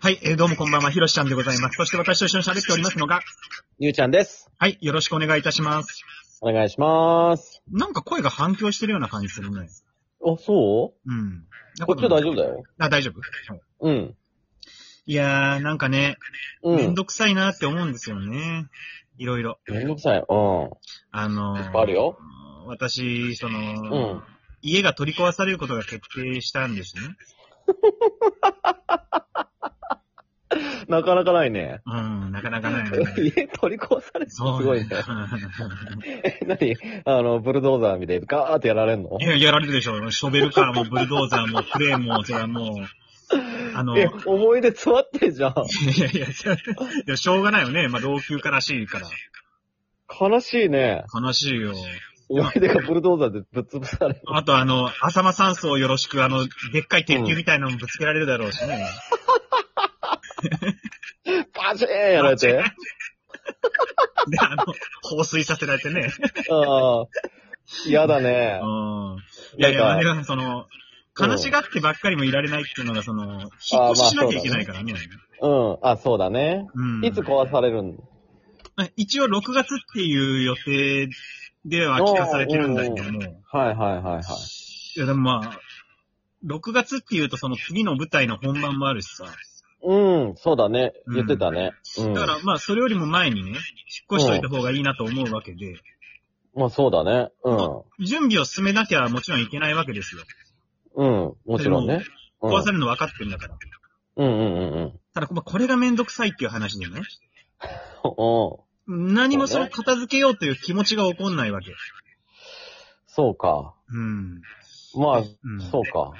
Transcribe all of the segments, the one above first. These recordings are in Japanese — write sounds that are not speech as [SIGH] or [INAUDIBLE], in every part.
はい、えーどうもこんばんは、ひろしちゃんでございます。そして私と一緒に喋っておりますのが、ゆうちゃんです。はい、よろしくお願いいたします。お願いします。なんか声が反響してるような感じするね。あ、そうん。うこっちは大丈夫だよ。よ。あ、大丈夫。うん。いやー、なんかね、うめんん。どくさいなって思うんですよね。いろいろ。めんどくさい。うん。あのいっぱいあるー、よ。私、その、うん。家が取り壊されることが決定したんですね。なかなかないね。うん、なかなかない。 [LAUGHS] 家取り壊さ [LAUGHS] れてすそう。ごいね。え、なにあの、ブルドーザーみたいにガーってやられんの [LAUGHS] いや、やられるでしょ。ショベルカーもブルドーザーもクレーンも、それはもう、あの、いえや、思い出詰まってるじゃん。 [LAUGHS] いやいや、いやしょうがないよね。まあ、老朽化らしいから。悲しいね。悲しいよ。思い出がブルドーザーでぶっ潰される。あと、あの、浅間酸素をよろしく、あの、でっかい鉄球みたいなのもぶつけられるだろうしね。パチーンやられて。で、あの、放水させられてね。ああ。嫌だうね。ん。いやいや、なんかあれはその、悲しがってばっかりもいられないっていうのが、その、引っ越ししなきゃいけないからね。うん。あ、そうだね。うん。いつ壊されるん一応6月っていう予定では聞かされてるんだけども。はいはいはいはい。いや、でもまあ、6月っていうとその次の舞台の本番もあるしさ。うん、そうだね。うん言ってたね。うん。だからまあ、それよりも前にね、引っ越しといた方がいいなと思うわけで、まあそうだね。う準備を進めなきゃもちろんいけないわけですよ。ん。うん。もちろんね。うん。壊されるの分かってるんだから。うんうんうんうん。 [LAUGHS] ただ、まあこれがめんどくさいっていう話でね、おうん何もその片付けようという気持ちが起こんないわけ。そうか。うん。まあ、うん、そうか。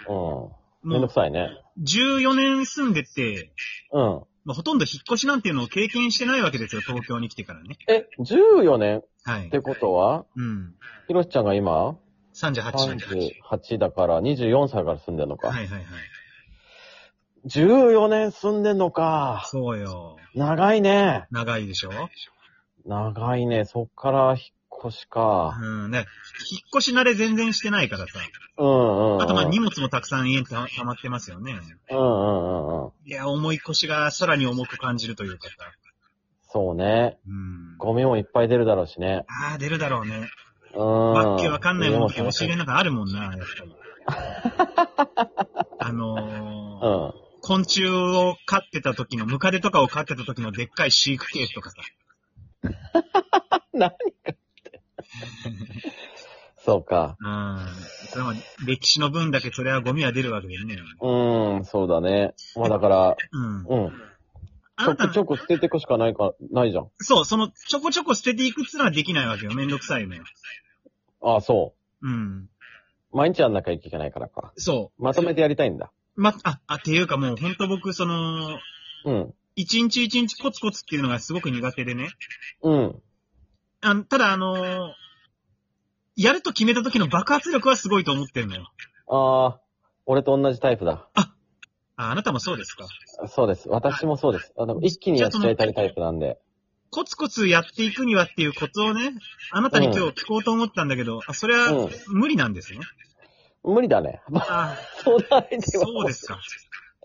うん。めんもどくさいね。う14年住んでて、うん。まあ、ほとんど引っ越しなんていうのを経験してないわけですよ、東京に来てからね。え、14年っはい。てことは、うん。ひろしちゃんが今、 38歳。 38だから24歳から住んでんのか。はいはいはい。 14年住んでんのか。そうよ。長いね。長いでしょ長いね。そっから引っ越しか。うん。ね、引っ越し慣れ全然してないからさ。うんうん、うん。あとまあ荷物もたくさん家にた溜まってますよね。うんうんうんうん。いや、重い腰がさらに重く感じるというかさ。そうね。うん。ゴミもいっぱい出るだろうしね。ああ、出るだろうね。うん。わっけわかんないものってで押もし入れの中あるもんな、やっぱり。 [LAUGHS] あのーうん。昆虫を飼ってた時の、ムカデとかを飼ってた時のでっかい飼育ケースとかさ。何かって。そうか。うん。それは歴史の分だけそれはゴミは出るわけだよね。うん、そうだね。まあだから、うん。うん。あちょなたくのちょく捨てていくしかないか、ないじゃん。そう、その、ちょこちょこ捨てていくっつうのはできないわけよ。めんどくさいのよ。ああ、そうん。う。毎日やんなきゃいけないからか。そまとめてやりたいんだ。う。ま、あ、あ、っていうかもう、ほんと僕、その、うん。一日一日コツコツっていうのがすごく苦手でね。うん。あただ、あのーやると決めた時の爆発力はすごいと思ってんのよ。ああ、俺と同じタイプだ。あ、あなたもそうですか。そうです。私もそうです。あでも一気にやっちゃいたいタイプなんで。コツコツやっていくにはっていうコツをね、あなたに今日聞こうと思ったんだけど、あ、それはうん無理なんですね。無理だね。 [LAUGHS] あ、そうだね。そうですか。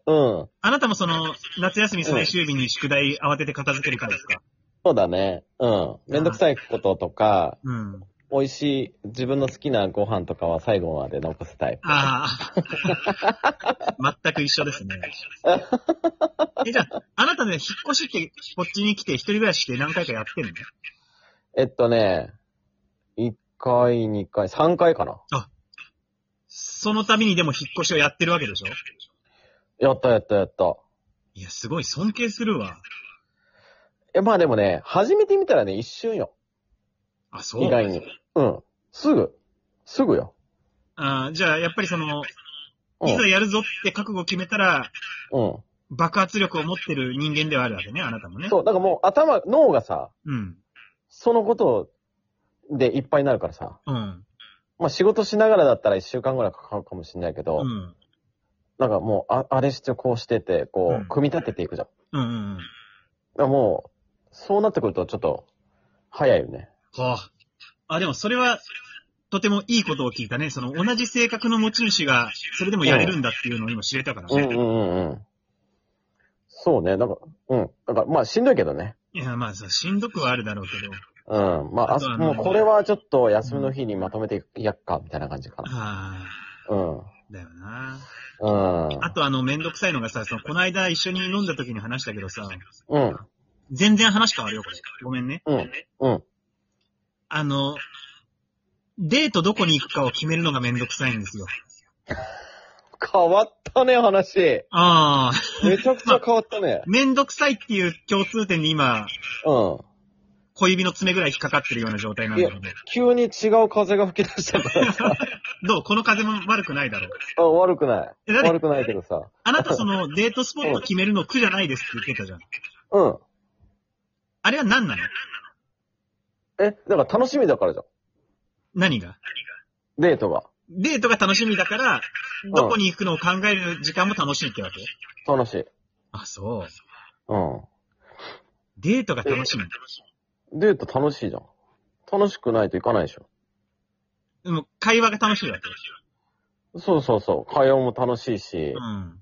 うん。あなたもその、夏休み最終日に宿題慌てて片付けるからですかそうだね。うん。めんどくさいこととか、うん。美味しい、自分の好きなご飯とかは最後まで残すタイプ。ああ。全く一緒ですね。え、じゃあ、あなたね、引っ越しって、こっちに来て、一人暮らしって何回かやってるのえっとね、1回、2回、3回かな。その度にでも引っ越しをやってるわけでしょやったやったやった。いや、すごい、尊敬するわ。え、まあでもね、始めてみたらね、一瞬よ。あ、そう。意外に。うん。すぐ。すぐよ。あーじゃあ、やっぱりその、ういざん。やるぞって覚悟を決めたら、う爆発力を持ってる人間ではあるわけね、あなたもね。ん。そう、だからもう頭、脳がさ、うん。そのことでいっぱいになるからさ。うん。まあ仕事しながらだったら1週間ぐらいかかるかもしれないけど、うん。なんかもう、ああれしてこうしてて、こうんう、組み立てていくじゃん。うんうんうん。だからもう、そうなってくるとちょっと、早いよね。はあ。あ、でもそれは、とてもいいことを聞いたね。その同じ性格の持ち主が、それでもやれるんだっていうのを今知れたからうんうね。んうんうん。そうね。なんか、うん。なんか、まあ、しんどいけどね。いや、まあさ、しんどくはあるだろうけど。うん。まあ、ああとはもうまあこれはちょっと休みの日にまとめてやっか、みたいな感じかな。あうん。うん。あ、だよな。あうとあの、めんどくさいのがさ、その、この間一緒に飲んだ時に話したけどさ、ん。全然話変わるよ、これ。ごめんね。うん。うん。あの、デートどこに行くかを決めるのがめんどくさいんですよ。変わったね、話。ああ、めちゃくちゃ変わったね。めんどくさいっていう共通点に今、うん。小指の爪ぐらい引っかかってるような状態なんだので。急に違う風が吹き出したからさ。どうこの風も悪くないだろう。あ悪くなえい。だって悪くないけどさ。あなたそのデートスポット決めるの苦じゃないですって言ってたじゃん。うん。あれは何なのえ、だから楽しみだからじゃん。何がデートが。デートが楽しみだから、どこに行くのを考える時間も楽しいってわけ楽しい。あ、そう。うん。デートが楽しみ。デート楽しいじゃん。楽しくないといかないでしょ。でも、会話が楽しいわけ。そうそうそう。会話も楽しいしう。ん。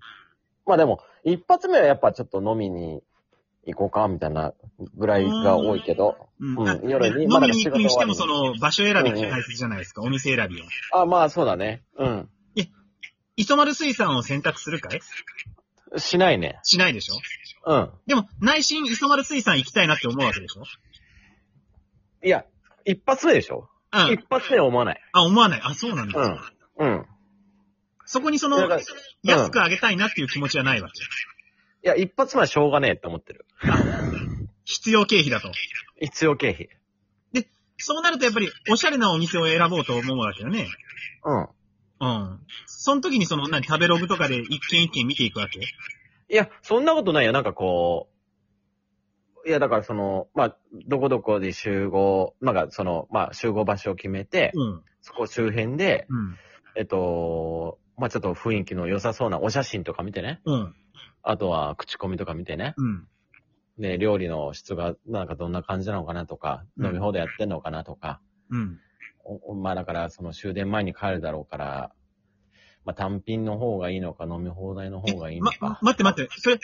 まあでも、一発目はやっぱちょっと飲みに行こうか、みたいなぐらいが多いけど。うんうんあ夜に飲まだみに行くにしても、仕そ事の、場所選びって大切じゃないですか。お店選びは。あ、まあそうだね。うん。磯丸水産を選択するかいしないね。しないでしょうん。でも、内心磯丸水産行きたいなって思うわけでしょいや、一発目でしょ、うん。一発目は思わない。あ、思わない。あ、そうなんだ。うん。うん。そこにそのだから、安くあげたいなっていう気持ちはないわけ。いや、一発目はしょうがねえって思ってる。必要経費だと。必要経費。そうなるとやっぱり、おしゃれなお店を選ぼうと思うわけよね。うん。うん。その時にその、何、食べログとかで一軒一軒見ていくわけいや、そんなことないよ。なんかこう、いや、だからその、まあ、どこどこで集合、なんかその、まあ、集合場所を決めて、うん。そこ周辺で、うん。えっと、まあ、ちょっと雰囲気の良さそうなお写真とか見てね。うん。あとは、口コミとか見てね。うん。で、料理の質が、なんかどんな感じなのかなとか、うん飲み放題やってんのかなとか。うん。おまあだから、その終電前に帰るだろうから、まあ単品の方がいいのか、飲み放題の方がいいのま、かま。待って待って。それ、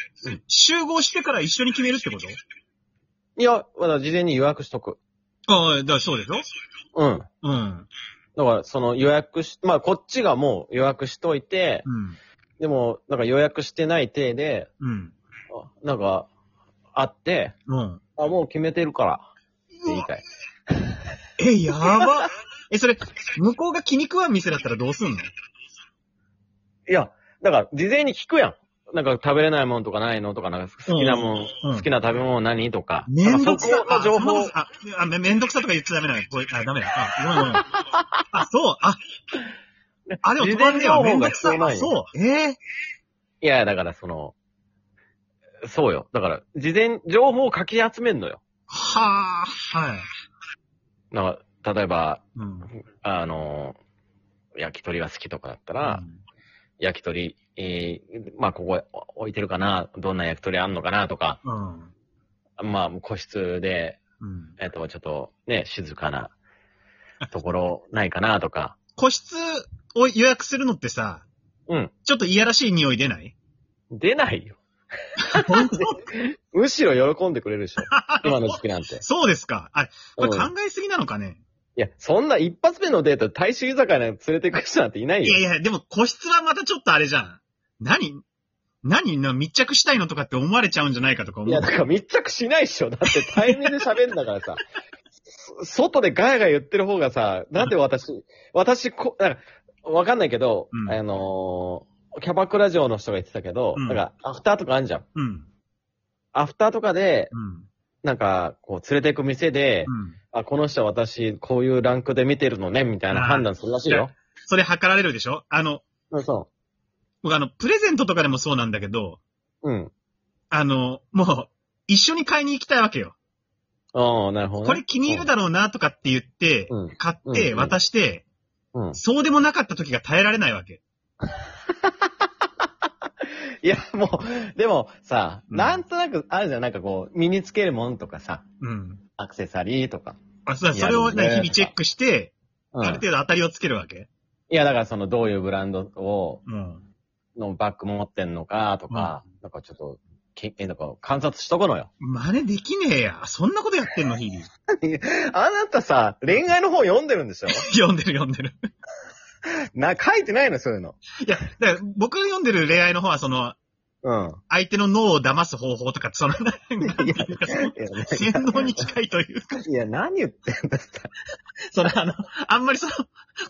集合してから一緒に決めるってこといや、まだ事前に予約しとく。ああ、だからそうでしょうん。だうん。から、その予約し、まあこっちがもう予約しといて、うん。でも、なんか予約してない体で、うん。なんか、会って、うん。あ、もう決めてるから、って言いたい。え、やば。 [LAUGHS] え、それ、向こうが気に食わん店だったらどうすんのいや、だから、事前に聞くやん。なんか食べれないもんとかないのとか、なんか好きなもん、うん好きな食べ物何とか。めんどくなんさ。かそこの情報あ、ああめめんどくさとか言っちゃダメだよ。これあ、ダメだ。あ、ごめんごめん。 [LAUGHS] あ、そう、あ、あ、でも隣事前で情はめんど報がく必さ要い。なあいよ。そう、えいや、だからその、そうよ。だから、事前、情報をかき集めんのよ。ー、はあ、はい。なんか、例えば、うん。あの、焼き鳥が好きとかだったら、焼き鳥、えーまあ、ここ置いてるかな、どんな焼き鳥あんのかなとか、うん。うん。まあ、個室で、うん。えっと、ちょっとね、静かなところないかなとか、個室を予約するのってさ、うん。ちょっといやらしい匂い出ない出ないよ。 [LAUGHS] むしろ喜んでくれるでしょ。今の時期なんて。そうですか。あれ、これうん考えすぎなのかね、いや、そんな一発目のデート、大衆居酒屋なんて連れてく人なんていないいやいよ。や、でも個室はまたちょっとあれじゃん。何何な密着したいのとかって思われちゃうんじゃないかとかい思や、うだ。から密着しないっしょ。だって対面で喋るんだからさ。そ [LAUGHS] 外でガヤガヤ言ってる方がさ、なんで私、私こ、なんか、わかんないけど、うんあのーキャバクラ嬢の人が言ってたけど、うんなんか、アフターとかあんじゃん。うん。アフターとかで、うん。なんか、こう、連れて行く店で、うん。あ、この人は私、こういうランクで見てるのね、みたいな判断するらしいよ。それ測られるでしょあの、うん、そ僕あの、プレゼントとかでもそうなんだけど、う。うん。あの、もう、一緒に買いに行きたいわけよ。ああ、なるほど、ね。これ気に入るだろうなとかって言って、うん買っうてん渡して、うん。うん。そうでもなかった時が耐えられないわけ。いや、もう、でもさ、うんなんとなくあるじゃん。なんかこう、身につけるもんとかさ、うん。アクセサリーとか。あそうだいそやれをでもねね日々チェックして、うん。あるい程度当たりをつけるわけ。や、だからその、どういうブランドを、うん。のバッグ持ってんのかとか、なんかちょっと、けえなんか観察しとこのよ。真似できねえや。そんなことやってんの、日々。 [LAUGHS] [LAUGHS] あなたさ、恋愛の本読んでるんでしょ [LAUGHS] 読んでる読んでる。な、書いてないの、そういうの。いや、だから僕が読んでる恋愛の方は、その、うん。相手の脳を騙す方法とか、その、なんか [LAUGHS] いや洗脳に近いというか、いや、何言ってんだって。その、あの、あんまりその、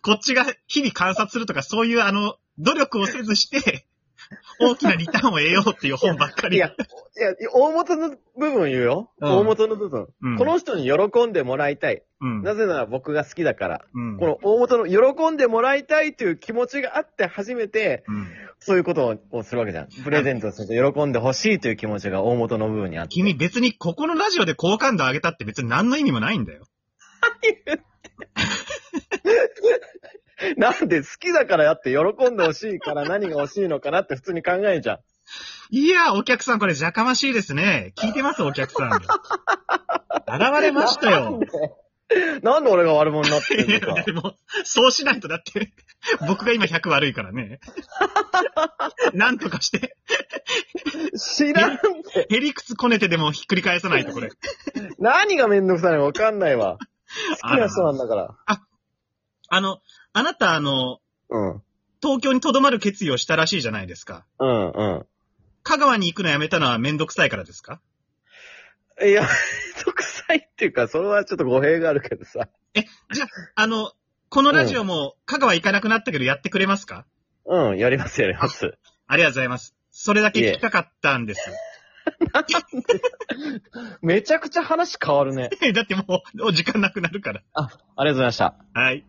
こっちが日々観察するとか、そういう、あの、努力をせずして、大きなリターンを得ようっていう本ばっかり。いや、いや、大元の部分言うよ。うん大元の部分、うんこの人に喜んでもらいたい。うん、なぜなら僕が好きだから。うん、この大元の喜んでもらいたいという気持ちがあって初めて、うんそういうことをするわけじゃん。プレゼントすると喜んでほしいという気持ちが大元の部分にあって。君別にここのラジオで好感度上げたって別に何の意味もないんだよ。なんで好きだからやって喜んでほしいから何が欲しいのかなって普通に考えんじゃん。いや、お客さんこれじゃかましいですね。聞いてます、お客さん。現れましたよ。なんで俺が悪者になっているやのか。でも、そうしないとだって、僕が今100悪いから [LAUGHS] ね。なんとかして、知らんって。へりくつこねてでもひっくり返さないとこれ。何がめんどくさいのかわかんないわ。好きな人なんだから。あの、あなたあの、うん。東京に留まる決意をしたらしいじゃないですか。うん、うん。香川に行くのやめたのはめんどくさいからですかいや、得さいっていうか、それはちょっと語弊があるけどさ。あの、このラジオも香川行かなくなったけどやってくれますかうん、やります、やります。ありがとうございます。それだけ聞きたかったんです。 [LAUGHS] [LAUGHS] めちゃくちゃ話変わるね。だってもう、時間なくなるから。ありがとうございました。はい。